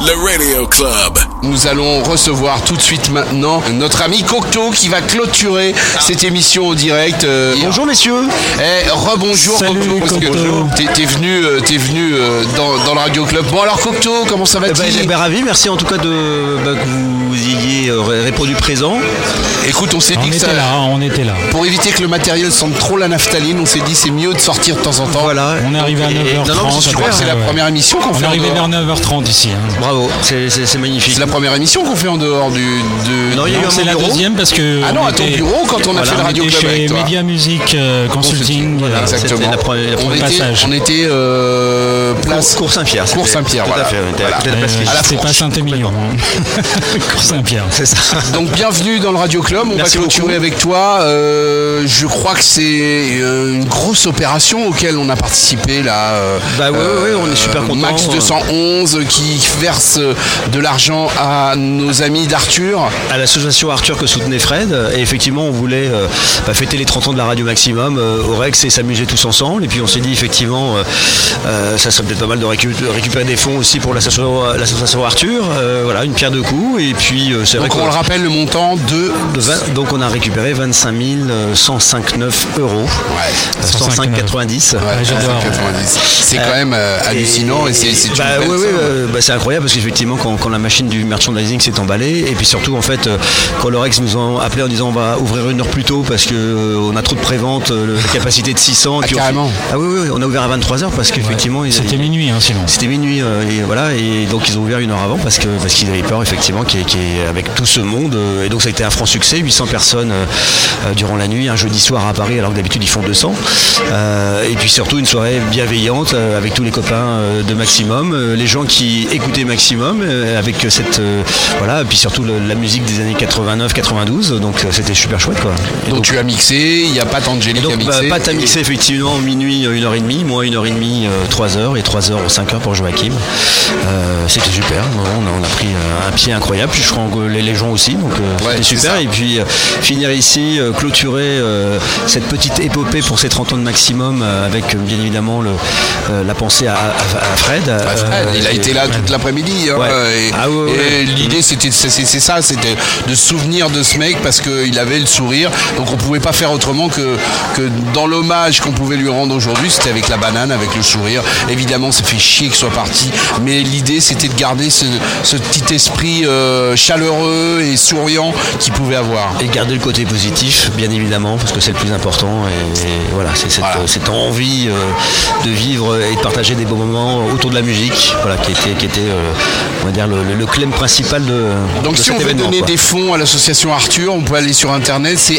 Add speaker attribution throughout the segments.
Speaker 1: Le Radio Club.
Speaker 2: Nous allons recevoir tout de suite maintenant notre ami Cocteau qui va clôturer cette émission en direct. Euh,
Speaker 3: Bonjour messieurs.
Speaker 2: Eh, rebonjour
Speaker 3: Salut,
Speaker 2: Cocteau. parce que
Speaker 3: Cocteau.
Speaker 2: T'es t'es venu, euh, t'es venu euh, dans, dans le Radio Club. Bon alors Cocteau, comment ça
Speaker 3: Eh ben,
Speaker 2: va-t-il
Speaker 3: eh ben, ravi, merci en tout cas de bah, que vous ayez euh, ré- répondu présent.
Speaker 2: Écoute, on s'est
Speaker 4: On
Speaker 2: dit que ça...
Speaker 4: était là, hein, on était là.
Speaker 2: Pour éviter que le matériel sente trop la naphtaline, on s'est dit c'est mieux de sortir de temps en temps.
Speaker 3: Voilà.
Speaker 4: On est arrivé à
Speaker 3: Et- et-
Speaker 4: 9h30.
Speaker 3: Non, non, c'est
Speaker 2: Je crois
Speaker 3: super.
Speaker 2: que c'est la
Speaker 4: Ouais, ouais.
Speaker 2: première émission qu'on
Speaker 4: On est
Speaker 2: fait en
Speaker 4: arrivé
Speaker 2: dehors.
Speaker 4: vers 9h30 ici. hein.
Speaker 3: Bravo, c'est- c'est c'est magnifique.
Speaker 2: C'est la première émission qu'on fait en dehors du. de-
Speaker 3: Non, il y a eu
Speaker 4: Non,
Speaker 3: un
Speaker 4: C'est la
Speaker 3: bureau.
Speaker 4: deuxième parce que.
Speaker 2: Ah non,
Speaker 4: on
Speaker 2: à ton
Speaker 4: était-
Speaker 2: bureau quand on a
Speaker 3: Voilà,
Speaker 2: fait le
Speaker 4: on
Speaker 2: Radio
Speaker 4: était
Speaker 2: Club
Speaker 4: chez
Speaker 2: avec toi.
Speaker 4: Media Music euh, Consulting.
Speaker 2: Voilà,
Speaker 4: euh,
Speaker 2: exactement.
Speaker 3: c'était la première- la
Speaker 2: on,
Speaker 3: première
Speaker 2: était,
Speaker 4: passage.
Speaker 2: on était, euh, place
Speaker 3: Cours Saint-Pierre.
Speaker 2: Cours
Speaker 3: c'était-
Speaker 2: Saint-Pierre,
Speaker 3: Tout
Speaker 2: voilà.
Speaker 3: à fait, on était
Speaker 2: Voilà.
Speaker 3: à côté de la
Speaker 4: euh,
Speaker 3: place Riche.
Speaker 4: C'est pas Saint-Émilion. hein. Cour Saint-Pierre.
Speaker 3: C'est ça.
Speaker 2: Donc bienvenue dans le Radio Club, on
Speaker 3: Merci
Speaker 2: va clôturer
Speaker 3: beaucoup.
Speaker 2: avec toi. Euh, je crois que c'est euh, une grosse opération auquel on a participé là. euh,
Speaker 3: Bah ouais, ouais, ouais, on est super contents. euh.
Speaker 2: Max 211 qui verse euh, de l'argent à nos amis d'Arthur.
Speaker 3: à l'association Arthur que soutenait Fred. Et effectivement, on voulait euh, bah, fêter les 30 ans de la radio maximum euh, au Rex et s'amuser tous ensemble. Et puis on s'est dit, effectivement, euh, euh, ça serait peut-être pas mal de récu- de récupérer des fonds aussi pour l'association l'association Arthur. Euh, voilà, une pierre deux coups. Et puis euh, c'est vrai
Speaker 2: Donc
Speaker 3: qu'on
Speaker 2: on le rappelle le montant de
Speaker 3: de vingt- donc on a récupéré euh, 25 159 euros, Euh, 105,90.
Speaker 2: Ouais,
Speaker 4: j'adore.
Speaker 2: 5,90. C'est quand même euh, hallucinant et, c'est c'est une
Speaker 3: Bah,
Speaker 2: belle
Speaker 3: ouais, ouais,
Speaker 2: somme.
Speaker 3: euh, bah, c'est incroyable parce qu'effectivement quand, quand la machine du merchandising s'est emballée et puis surtout en fait euh, quand Lorex nous ont appelé en disant on va ouvrir une heure plus tôt parce que euh, on a trop de prévente euh, la capacité de 600
Speaker 2: Ah,
Speaker 3: puis on-
Speaker 2: carrément.
Speaker 3: ah oui, oui, oui, on a ouvert à 23h parce qu'effectivement ils-
Speaker 4: C'était
Speaker 3: ils-
Speaker 4: minuit, hein, sinon.
Speaker 3: c'était minuit euh, et voilà et donc ils ont ouvert une heure avant parce que parce qu'ils avaient peur effectivement qu'il y ait- qu'il y ait- avec tout ce monde euh, et donc ça a été un franc succès 800 personnes euh, euh, durant la nuit un jeudi soir à Paris alors que d'habitude ils font 200 Euh, et puis surtout une soirée bienveillante euh, avec tous les copains euh, de Maximum euh, les gens qui écoutaient Maximum euh, avec cette euh, voilà et puis surtout le- la musique des années 89 92 donc euh, c'était super chouette quoi Et
Speaker 2: Donc
Speaker 3: donc-
Speaker 2: tu as mixé, il n'y a pas
Speaker 3: et
Speaker 2: d'Angélique à
Speaker 3: donc, bah,
Speaker 2: mixer.
Speaker 3: Pat a mixé effectivement minuit, euh, 1h30, moi 1h30, 3h euh, et 3h, 5h pour Joachim. Euh, c'était super, Non, on a, on a pris euh, un pied incroyable, puis je crois que les, les gens aussi, donc euh,
Speaker 2: Ouais,
Speaker 3: c'était
Speaker 2: c'est
Speaker 3: super.
Speaker 2: ça.
Speaker 3: Et puis euh, finir ici, euh, clôturer euh, cette petite épopée pour ces 30 ans de maximum, euh, avec euh, bien évidemment le, euh, la pensée à, à- à Fred. Euh,
Speaker 2: Ah, Fred, il a été là toute l'après-midi. hein,
Speaker 3: Ouais.
Speaker 2: euh, Et,
Speaker 3: Ah ouais, ouais,
Speaker 2: et
Speaker 3: ouais.
Speaker 2: l'idée, c'était c'est c'est ça, c'était de se souvenir de ce mec parce qu'il avait le sourire. Donc on pouvait pas faire autrement que, que dans l'hommage qu'on pouvait lui rendre aujourd'hui, c'était avec la banane, avec le sourire. Évidemment, ça fait chier qu'il soit parti, mais l'idée, c'était de garder ce, ce petit esprit euh, chaleureux et souriant qu'il pouvait avoir.
Speaker 3: Et garder le côté positif, bien évidemment, parce que c'est le plus important. Et, et voilà, c'est cette,
Speaker 2: Voilà.
Speaker 3: euh, cette envie euh, de vivre et de partager des beaux moments autour de la musique, voilà, qui était, qui était euh, on va dire, le, le- le claim principal de,
Speaker 2: Donc
Speaker 3: de
Speaker 2: si
Speaker 3: cet
Speaker 2: on veut
Speaker 3: événement.
Speaker 2: donner
Speaker 3: quoi.
Speaker 2: des fonds à l'association Arthur, on peut aller sur internet, c'est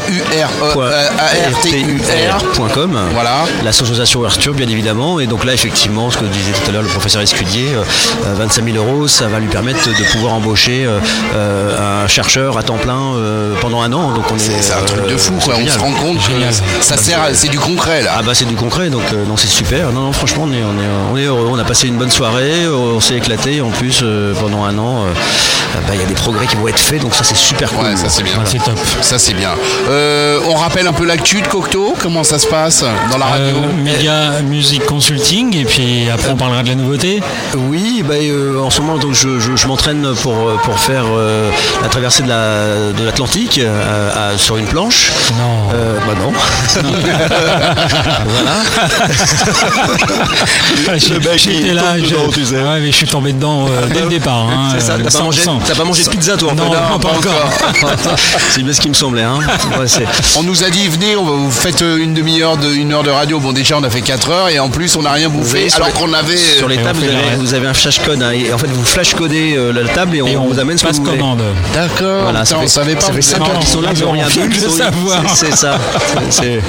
Speaker 2: A-R-T-U-R-E,
Speaker 3: Point-
Speaker 2: euh, A-R-T-U-R.
Speaker 3: RTUR.com.
Speaker 2: Voilà.
Speaker 3: L'association Arthur, bien évidemment. Et donc là, effectivement, ce que disait tout à l'heure le professeur Escudier, euh, euh, 25 000 euros, ça va lui permettre de pouvoir embaucher euh, euh, un chercheur à temps plein euh, pendant un an. Donc on est,
Speaker 2: C'est un truc de
Speaker 3: euh,
Speaker 2: fou,
Speaker 3: c'est
Speaker 2: quoi. On se
Speaker 3: génial.
Speaker 2: rend compte
Speaker 4: Génial.
Speaker 2: que ça sert, à- c'est du concret là.
Speaker 3: Ah bah c'est du concret donc euh, non c'est super non non franchement on est, on est on est heureux on a passé une bonne soirée on s'est éclaté en plus euh, pendant un an euh, bah, il y a des progrès qui vont être faits donc ça c'est super cool
Speaker 2: Ouais, ça c'est bien.
Speaker 4: Ouais, bah, c'est top.
Speaker 2: Ça c'est bien. Euh, on rappelle un peu l'actu de Cocteau, comment ça se passe dans la radio.
Speaker 4: Euh, Media Music Consulting, et puis après on parlera de la nouveauté.
Speaker 3: Oui, bah, euh, en ce moment donc je, je- je m'entraîne pour, euh, pour faire euh, la traversée de la- de l'Atlantique euh, à- sur une planche.
Speaker 4: Non.
Speaker 3: Euh, bah non.
Speaker 4: Je-
Speaker 3: mec, il
Speaker 4: J'étais là,
Speaker 3: tombe
Speaker 4: je,
Speaker 3: dedans, tu sais.
Speaker 4: ouais, mais je suis tombé dedans euh, dès le départ. hein,
Speaker 3: C'est ça,
Speaker 4: euh,
Speaker 3: t'as pas,
Speaker 4: sans-
Speaker 3: mangé-
Speaker 4: sans-
Speaker 3: t'as pas mangé de pizza toi en
Speaker 4: Non,
Speaker 3: fait
Speaker 4: non, pas encore.
Speaker 3: c'est bien ce qui me semblait. Hein. Ouais, c'est-
Speaker 2: On nous a dit venez, on va vous faites euh, une demi-heure de une heure de radio. Bon déjà on a fait 4 heures et en plus on n'a rien bouffé
Speaker 3: voyez, sur
Speaker 2: alors
Speaker 3: les-
Speaker 2: qu'on avait.
Speaker 3: Sur les
Speaker 4: Et on
Speaker 3: tables,
Speaker 4: fait
Speaker 3: vous
Speaker 4: le
Speaker 3: avez,
Speaker 4: reste.
Speaker 3: vous avez un flash code. hein, et en fait, vous flash codez euh, la table et on,
Speaker 4: Et on
Speaker 3: vous amène ce que
Speaker 4: passe
Speaker 3: vous voulez.
Speaker 4: commande.
Speaker 2: D'accord.
Speaker 3: Voilà,
Speaker 2: Putain,
Speaker 3: ça fait-
Speaker 2: on savait pas.
Speaker 3: Ça fait
Speaker 2: vous
Speaker 3: 5
Speaker 2: avez-
Speaker 3: heures qu'ils sont là,
Speaker 4: Non,
Speaker 3: ils ont rien
Speaker 4: on vient
Speaker 3: vu.
Speaker 4: de
Speaker 3: ils ont-
Speaker 4: savoir.
Speaker 3: C'est c'est ça. C'est- c'est-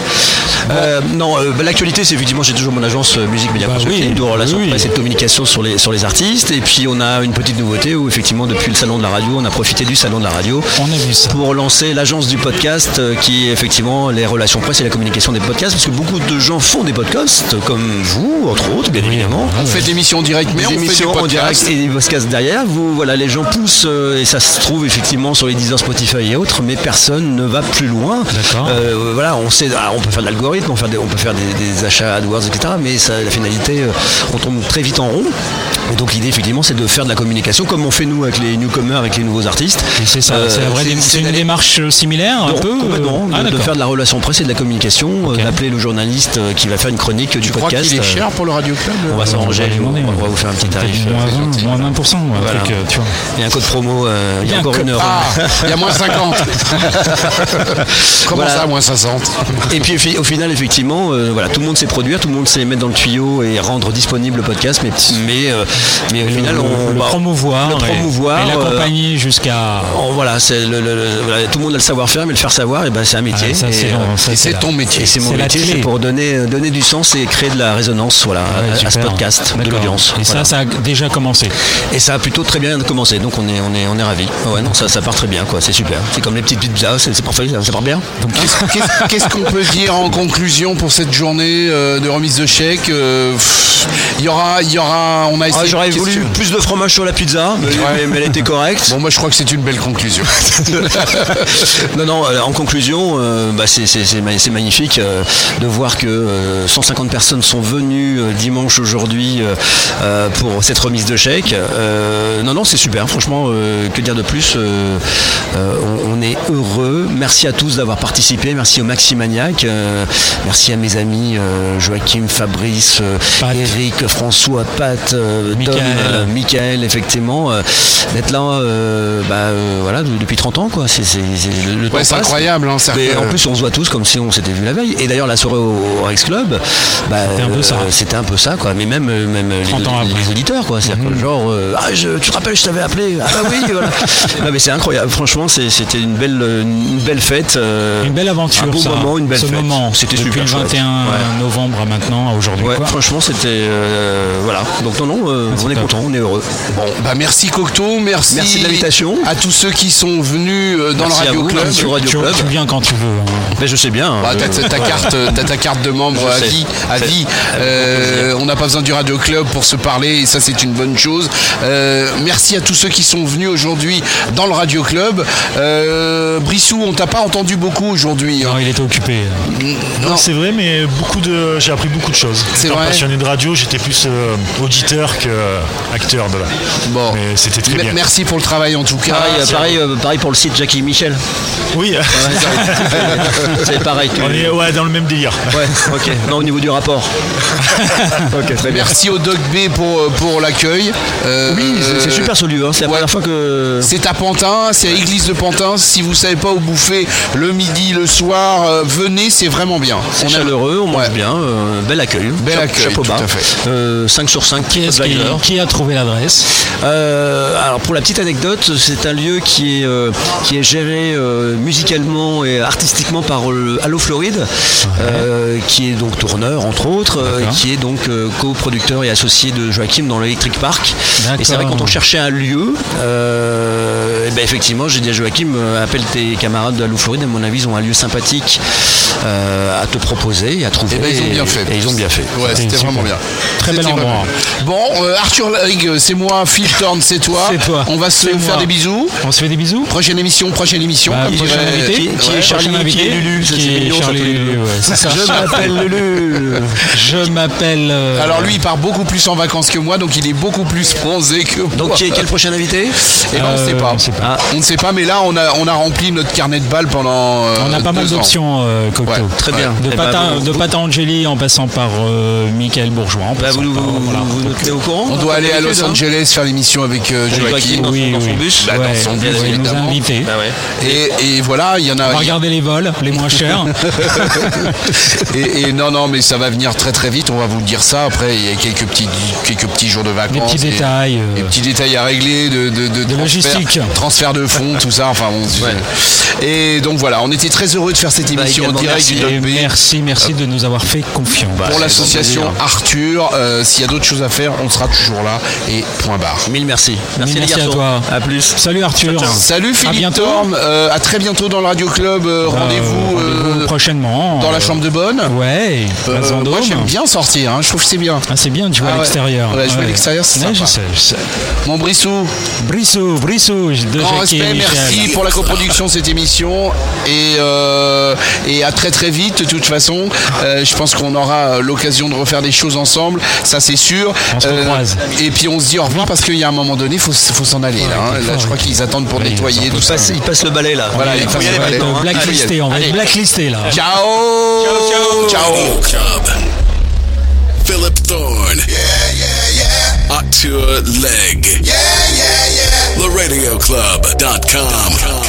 Speaker 3: Euh, non, euh, bah, l'actualité, c'est effectivement, j'ai toujours mon agence euh, Musique Média
Speaker 4: Bah
Speaker 3: Consulting,
Speaker 4: oui,
Speaker 3: de relations
Speaker 4: oui, oui.
Speaker 3: presse et de communication sur les, sur les artistes. Et puis, on a une petite nouveauté où, effectivement, depuis le salon de la radio, on a profité du salon de la radio
Speaker 4: On a vu ça.
Speaker 3: pour lancer l'agence du podcast euh, qui est effectivement les relations presse et la communication des podcasts. Parce que beaucoup de gens font des podcasts, comme vous, entre autres, bien évidemment
Speaker 2: On fait des émissions directes, mais
Speaker 3: des
Speaker 2: on fait du
Speaker 3: émissions en
Speaker 2: podcast.
Speaker 3: direct et des podcasts derrière. Vous, voilà, les gens poussent euh, et ça se trouve effectivement sur les Deezer, Spotify et autres, mais personne ne va plus loin.
Speaker 4: D'accord.
Speaker 3: Euh, voilà, on sait, ah, on peut faire de l'algorithme, on, peut faire des- on peut faire des, des achats AdWords, etc. Mais ça, la finalité, euh, on tombe très vite en rond. Et donc l'idée effectivement c'est de faire de la communication comme on fait nous avec les newcomers, avec les nouveaux artistes.
Speaker 4: Et C'est ça,
Speaker 3: Euh,
Speaker 4: c'est la vraie
Speaker 3: c'est-
Speaker 4: dé-
Speaker 3: c'est
Speaker 4: c'est une
Speaker 3: d'aller-
Speaker 4: démarche euh, similaire un
Speaker 3: Non,
Speaker 4: peu
Speaker 3: complètement,
Speaker 4: euh,
Speaker 3: de,
Speaker 4: ah,
Speaker 3: de
Speaker 4: d'accord.
Speaker 3: faire de la relation presse et de la communication, euh, d'appeler le journaliste euh, qui va faire une chronique du
Speaker 2: Je crois
Speaker 3: podcast.
Speaker 2: qu'il est
Speaker 3: euh,
Speaker 2: cher pour le Radio Club.
Speaker 3: on va
Speaker 4: On va
Speaker 3: s'arranger,
Speaker 4: lui
Speaker 3: on,
Speaker 4: demander,
Speaker 3: on va
Speaker 4: ouais.
Speaker 3: vous faire un petit tarif.
Speaker 4: Moins
Speaker 3: euh,
Speaker 4: 20, moins 20%, ouais, un
Speaker 3: Voilà.
Speaker 4: truc, euh, tu vois.
Speaker 3: Il y a un code promo, euh, il y
Speaker 4: Il y
Speaker 3: a
Speaker 4: a
Speaker 3: encore
Speaker 4: un
Speaker 3: une heure.
Speaker 2: Ah, il y a moins 50. Comment
Speaker 3: Voilà.
Speaker 2: ça, moins 60
Speaker 3: Et puis au fi- au final, effectivement, euh, voilà, tout le monde sait produire, tout le monde sait mettre dans le tuyau et rendre disponible le podcast, mais, mais, euh, mais au final, on
Speaker 4: le
Speaker 3: bah,
Speaker 4: promouvoir,
Speaker 3: le
Speaker 4: et-
Speaker 3: promouvoir,
Speaker 4: et,
Speaker 3: euh,
Speaker 4: l'accompagner jusqu'à.
Speaker 3: on- voilà, c'est le- le- le- voilà, tout le monde a le savoir-faire, mais le faire savoir, et ben, c'est un métier.
Speaker 4: Ah, ça,
Speaker 3: et,
Speaker 4: c'est
Speaker 3: euh,
Speaker 4: long, ça,
Speaker 2: Et c'est
Speaker 4: là.
Speaker 2: ton métier.
Speaker 3: et c'est mon
Speaker 4: C'est la
Speaker 3: métier,
Speaker 4: clé.
Speaker 3: c'est pour donner, euh, donner du sens et créer de la résonance voilà,
Speaker 4: Ouais,
Speaker 3: à- à, ce
Speaker 4: Ah, super.
Speaker 3: podcast, de
Speaker 4: D'accord.
Speaker 3: l'audience.
Speaker 4: Et
Speaker 3: Voilà. Euh,
Speaker 4: ça, ça a déjà commencé.
Speaker 3: Et ça a plutôt très bien commencé, donc on est, on est, on est ravis. Ah Ouais, non, ça, ça part très bien, quoi, c'est super. C'est comme les petites pizzas, c'est c'est parfait, ça, ça part bien.
Speaker 2: Qu'est-ce- qu'est-ce- Qu'est-ce qu'on peut dire en conclusion pour cette journée euh, de remise de chèques Euh, pff, Il y aura, il y aura, on a essayé.
Speaker 3: Ah, J'aurais
Speaker 2: de
Speaker 3: voulu
Speaker 2: questionner.
Speaker 3: plus de fromage sur la pizza, mais, mais- mais elle était correcte.
Speaker 2: Bon, moi, je crois que c'est une belle conclusion.
Speaker 3: non, non, euh, en conclusion, euh, bah, c'est- c'est c'est ma- c'est magnifique euh, de voir que euh, 150 personnes sont venues euh, dimanche aujourd'hui euh, euh, pour cette remise de chèques. Euh, non, non, c'est super, franchement, euh, que dire de plus euh, euh, on, on est heureux. Merci à tous d'avoir participé, merci au Maximaniac, euh, merci à mes amis euh, Joachim, Fabrice, euh,
Speaker 4: Pat.
Speaker 3: Eric, François, Pat, euh, Tom,
Speaker 4: Michael.
Speaker 3: euh, Michael, effectivement, euh, d'être là euh, bah, euh, voilà, de- depuis 30 ans. Quoi. C'est, c'est- c'est- le, le temps
Speaker 2: Ouais, c'est
Speaker 3: passe.
Speaker 2: incroyable. Hein,
Speaker 3: Mais
Speaker 2: c'est-
Speaker 3: en plus, on se voit tous comme si on s'était vu la veille. Et d'ailleurs, la soirée au, au Rex Club, bah,
Speaker 4: C'était un peu ça.
Speaker 3: c'était un peu ça, quoi. Mais même, euh, même euh,
Speaker 4: 30 ans
Speaker 3: les,
Speaker 4: après. Mhm.
Speaker 3: les auditeurs, quoi. C'est-à-dire que le genre, euh, ah, je- tu te rappelles, je t'avais appelé. Ah bah oui, voilà. Non, mais c'est incroyable. Franchement, c'est- c'était une belle, euh, une belle fête. euh,
Speaker 4: Une belle aventure,
Speaker 3: un beau
Speaker 4: ça.
Speaker 3: moment, une belle
Speaker 4: ce
Speaker 3: fête.
Speaker 4: moment.
Speaker 3: C'était
Speaker 4: depuis
Speaker 3: super
Speaker 4: le
Speaker 3: chouette.
Speaker 4: 21
Speaker 3: Ouais.
Speaker 4: novembre à maintenant, à aujourd'hui.
Speaker 3: Ouais,
Speaker 4: quoi.
Speaker 3: franchement, c'était. euh, voilà. Donc, non, non, euh, on est
Speaker 4: Ah, top.
Speaker 3: content, on est heureux. Bon,
Speaker 2: Bah, merci Cocteau, merci,
Speaker 3: Merci de l'invitation.
Speaker 2: à tous ceux qui sont venus euh, dans
Speaker 3: Merci
Speaker 2: le
Speaker 3: à
Speaker 2: Radio
Speaker 3: vous,
Speaker 2: Club.
Speaker 3: merci au Radio
Speaker 4: tu,
Speaker 3: Club.
Speaker 4: tu viens quand tu veux. hein.
Speaker 3: Ben, je sais bien.
Speaker 2: Bah,
Speaker 3: euh,
Speaker 2: t'as, t'as ta carte, euh, t'as ta carte de membre
Speaker 3: Je
Speaker 2: à
Speaker 3: sais.
Speaker 2: vie. À
Speaker 3: C'est-
Speaker 2: vie.
Speaker 3: avec
Speaker 2: Euh,
Speaker 3: plaisir.
Speaker 2: on n'a pas besoin du Radio Club pour se parler et ça c'est une bonne chose. Euh, merci à tous ceux qui sont venus aujourd'hui dans le Radio Club. Euh, Brissou, on t'a pas entendu beaucoup aujourd'hui. hein.
Speaker 4: Non, il était occupé.
Speaker 2: Non,
Speaker 1: C'est vrai, mais beaucoup de, j'ai appris beaucoup de choses.
Speaker 2: C'est
Speaker 1: Étant
Speaker 2: vrai.
Speaker 1: passionné de radio, j'étais plus euh, auditeur que euh, acteur de la.
Speaker 2: bon.
Speaker 1: Mais c'était très
Speaker 2: Me-
Speaker 1: bien.
Speaker 2: Merci pour le travail en tout cas.
Speaker 3: Pareil, euh, pareil, euh, pareil pour le site Jackie Michel.
Speaker 1: Oui,
Speaker 3: C'est pareil. tu-
Speaker 1: on est ouais, dans le même délire.
Speaker 3: Ouais, ok. Non, au niveau du rapport. ok, très
Speaker 2: Merci au Doc B pour, euh, pour l'accueil. Euh,
Speaker 3: Oui, c'est- c'est
Speaker 2: euh,
Speaker 3: super ce lieu. hein. C'est la
Speaker 2: ouais.
Speaker 3: première fois que.
Speaker 2: C'est à Pantin, c'est à Église de Pantin. Si vous savez pas où bouffer le midi, le soir, euh, venez, c'est vraiment bien.
Speaker 3: C'est
Speaker 2: On a-
Speaker 3: chaleureux, on mange
Speaker 2: Ouais.
Speaker 3: bien, euh, bel accueil.
Speaker 2: Bel
Speaker 3: Cha-
Speaker 2: accueil,
Speaker 3: chapeau
Speaker 2: tout
Speaker 3: bas.
Speaker 2: à fait.
Speaker 3: Euh, 5 sur 5,
Speaker 4: Qui, est-ce qui- qui a trouvé l'adresse
Speaker 3: Euh, alors pour la petite anecdote, c'est un lieu qui est, euh, qui est géré euh, musicalement et artistiquement par euh, Allo Floride, euh, qui est donc tourneur entre autres, euh,
Speaker 4: D'accord.
Speaker 3: qui est donc euh, coproducteur et associé de Joachim dans l'Electric Park.
Speaker 4: D'accord.
Speaker 3: Et c'est vrai quand on cherchait un lieu, euh, eh ben, effectivement j'ai dit à Joachim, euh, appelle tes camarades d'Allo Floride, à mon avis ils ont un lieu sympathique euh, à te proposer, et à trouver.
Speaker 2: Eh ben, ils ont
Speaker 3: et-
Speaker 2: bien fait.
Speaker 3: Et ils ont bien fait.
Speaker 2: Ouais, c'était
Speaker 4: super.
Speaker 2: vraiment bien.
Speaker 4: Très
Speaker 2: C'était
Speaker 4: bel endroit.
Speaker 2: vraiment bien. Bon, euh, Arthur Laig, c'est moi, Phil Thorne, c'est toi.
Speaker 4: C'est toi.
Speaker 2: On va se
Speaker 4: C'est
Speaker 2: faire
Speaker 4: moi.
Speaker 2: des bisous.
Speaker 4: On se fait des bisous
Speaker 2: Prochaine émission, prochaine émission.
Speaker 4: Bah,
Speaker 2: comme
Speaker 4: prochain
Speaker 2: dirait-
Speaker 4: invité.
Speaker 3: Qui, qui
Speaker 4: Ouais,
Speaker 3: est Charlie,
Speaker 4: prochain
Speaker 3: qui est
Speaker 4: invité,
Speaker 3: Lulu, ça,
Speaker 4: qui
Speaker 3: c'est
Speaker 4: est
Speaker 3: mignon, ça,
Speaker 4: Charlie
Speaker 3: tous les deux.
Speaker 4: Lulu, ouais, c'est ça.
Speaker 3: Je m'appelle Lulu.
Speaker 4: Je m'appelle. euh,
Speaker 2: Alors lui, il part beaucoup plus en vacances que moi, donc il est beaucoup plus bronzé que moi.
Speaker 3: Donc, qui est- quel prochain invité
Speaker 2: Eh ben, on
Speaker 4: Euh,
Speaker 2: sait pas.
Speaker 4: on sait pas.
Speaker 3: Ah.
Speaker 2: On ne sait pas, mais là, on a, on a rempli notre carnet de balles pendant. euh,
Speaker 4: On a pas mal
Speaker 2: deux ans.
Speaker 4: d'options, euh, Cocteau.
Speaker 2: Ouais,
Speaker 3: Très
Speaker 2: ouais.
Speaker 3: bien.
Speaker 4: De,
Speaker 3: Eh ben,
Speaker 4: Patin,
Speaker 3: vous-
Speaker 4: de
Speaker 3: vous-
Speaker 4: Patin Angeli en passant par euh, Michael Bourgeois. en
Speaker 3: bah,
Speaker 4: passant
Speaker 3: vous,
Speaker 4: par-
Speaker 3: vous-
Speaker 4: voilà.
Speaker 3: vous nous tenez au courant
Speaker 2: On
Speaker 3: hein,
Speaker 2: doit
Speaker 3: comme
Speaker 2: aller à Los
Speaker 3: d'habitude, hein.
Speaker 2: Angeles faire l'émission avec euh,
Speaker 3: Avec
Speaker 2: Joachim.
Speaker 3: Joachim. dans son-
Speaker 4: oui,
Speaker 3: dans son
Speaker 4: oui.
Speaker 3: bus.
Speaker 4: Ouais,
Speaker 2: Bah, dans son
Speaker 4: il
Speaker 2: bus,
Speaker 4: nous a
Speaker 2: évidemment.
Speaker 4: invités.
Speaker 3: Bah ouais.
Speaker 2: Et, et voilà, il y en
Speaker 4: On
Speaker 2: a.
Speaker 4: va regarder les vols, les moins chers.
Speaker 2: Et, et non, non, mais ça va venir très très vite. On va vous dire ça. Après, il y a quelques petits, quelques petits jours de
Speaker 4: Des
Speaker 2: vacances.
Speaker 4: petits
Speaker 2: et-
Speaker 4: détails. euh,
Speaker 2: Des petits détails à régler, de, de, de transfert-
Speaker 4: logistique.
Speaker 2: transfert de fonds, tout ça. Enfin, bon, c'est- Et donc voilà, on était très heureux de faire cette émission en
Speaker 3: Bah, également,
Speaker 2: direct
Speaker 3: merci.
Speaker 2: du
Speaker 4: et
Speaker 2: Dog Bay
Speaker 4: merci, merci de nous avoir fait confiance.
Speaker 2: pour
Speaker 3: c'est
Speaker 2: l'association
Speaker 3: bon plaisir.
Speaker 2: Arthur. Euh, S'il y a d'autres choses à faire, on sera toujours là. Et point barre.
Speaker 3: Mille merci. Merci,
Speaker 4: Mille
Speaker 3: les
Speaker 4: merci à
Speaker 3: garçons.
Speaker 4: toi.
Speaker 3: À plus.
Speaker 4: Salut Arthur.
Speaker 2: Salut
Speaker 4: à
Speaker 2: Philippe
Speaker 4: bientôt.
Speaker 2: Thorne. Euh, à très bientôt dans le Radio Club. Euh,
Speaker 4: Euh,
Speaker 2: Rendez-vous
Speaker 4: rendez-vous
Speaker 2: euh,
Speaker 4: prochainement.
Speaker 2: dans la
Speaker 4: Euh,
Speaker 2: chambre de bonne.
Speaker 4: Ouais,
Speaker 2: Euh,
Speaker 4: la Vendôme.
Speaker 2: moi j'aime bien sortir, hein, je trouve que c'est bien.
Speaker 4: Ah, c'est bien de jouer
Speaker 2: Ah
Speaker 4: à
Speaker 2: ouais.
Speaker 4: l'extérieur.
Speaker 2: Ouais, jouer à l'extérieur, c'est
Speaker 4: Ouais,
Speaker 2: sympa.
Speaker 4: je sais, je sais.
Speaker 2: Mon Brissou,
Speaker 4: Brissot, Brissot, de
Speaker 2: grand
Speaker 4: Jackie et
Speaker 2: respect,
Speaker 4: Michel.
Speaker 2: merci pour la coproduction de cette émission et, euh, et à très très vite de toute façon. Euh, je pense qu'on aura euh, l'occasion de refaire des choses ensemble. ensemble, ça c'est sûr. Euh,
Speaker 4: On se recroise.
Speaker 2: et puis on se dit au revoir parce qu'il y a un moment donné, il faut, s- faut s'en aller. Là, hein. Là, je crois qu'ils attendent pour nettoyer tout
Speaker 3: Il
Speaker 2: ça.
Speaker 3: passe, il passe le balai là.
Speaker 2: Voilà, il
Speaker 3: faut
Speaker 2: passe
Speaker 3: y
Speaker 2: le
Speaker 3: aller
Speaker 2: balai.
Speaker 3: maintenant, hein.
Speaker 4: Blacklisté, on va être blacklisté là.
Speaker 2: Ciao, ciao.
Speaker 5: Club. Philip Thorne. Yeah, yeah, yeah. Octur Leg. Yeah, yeah, yeah. The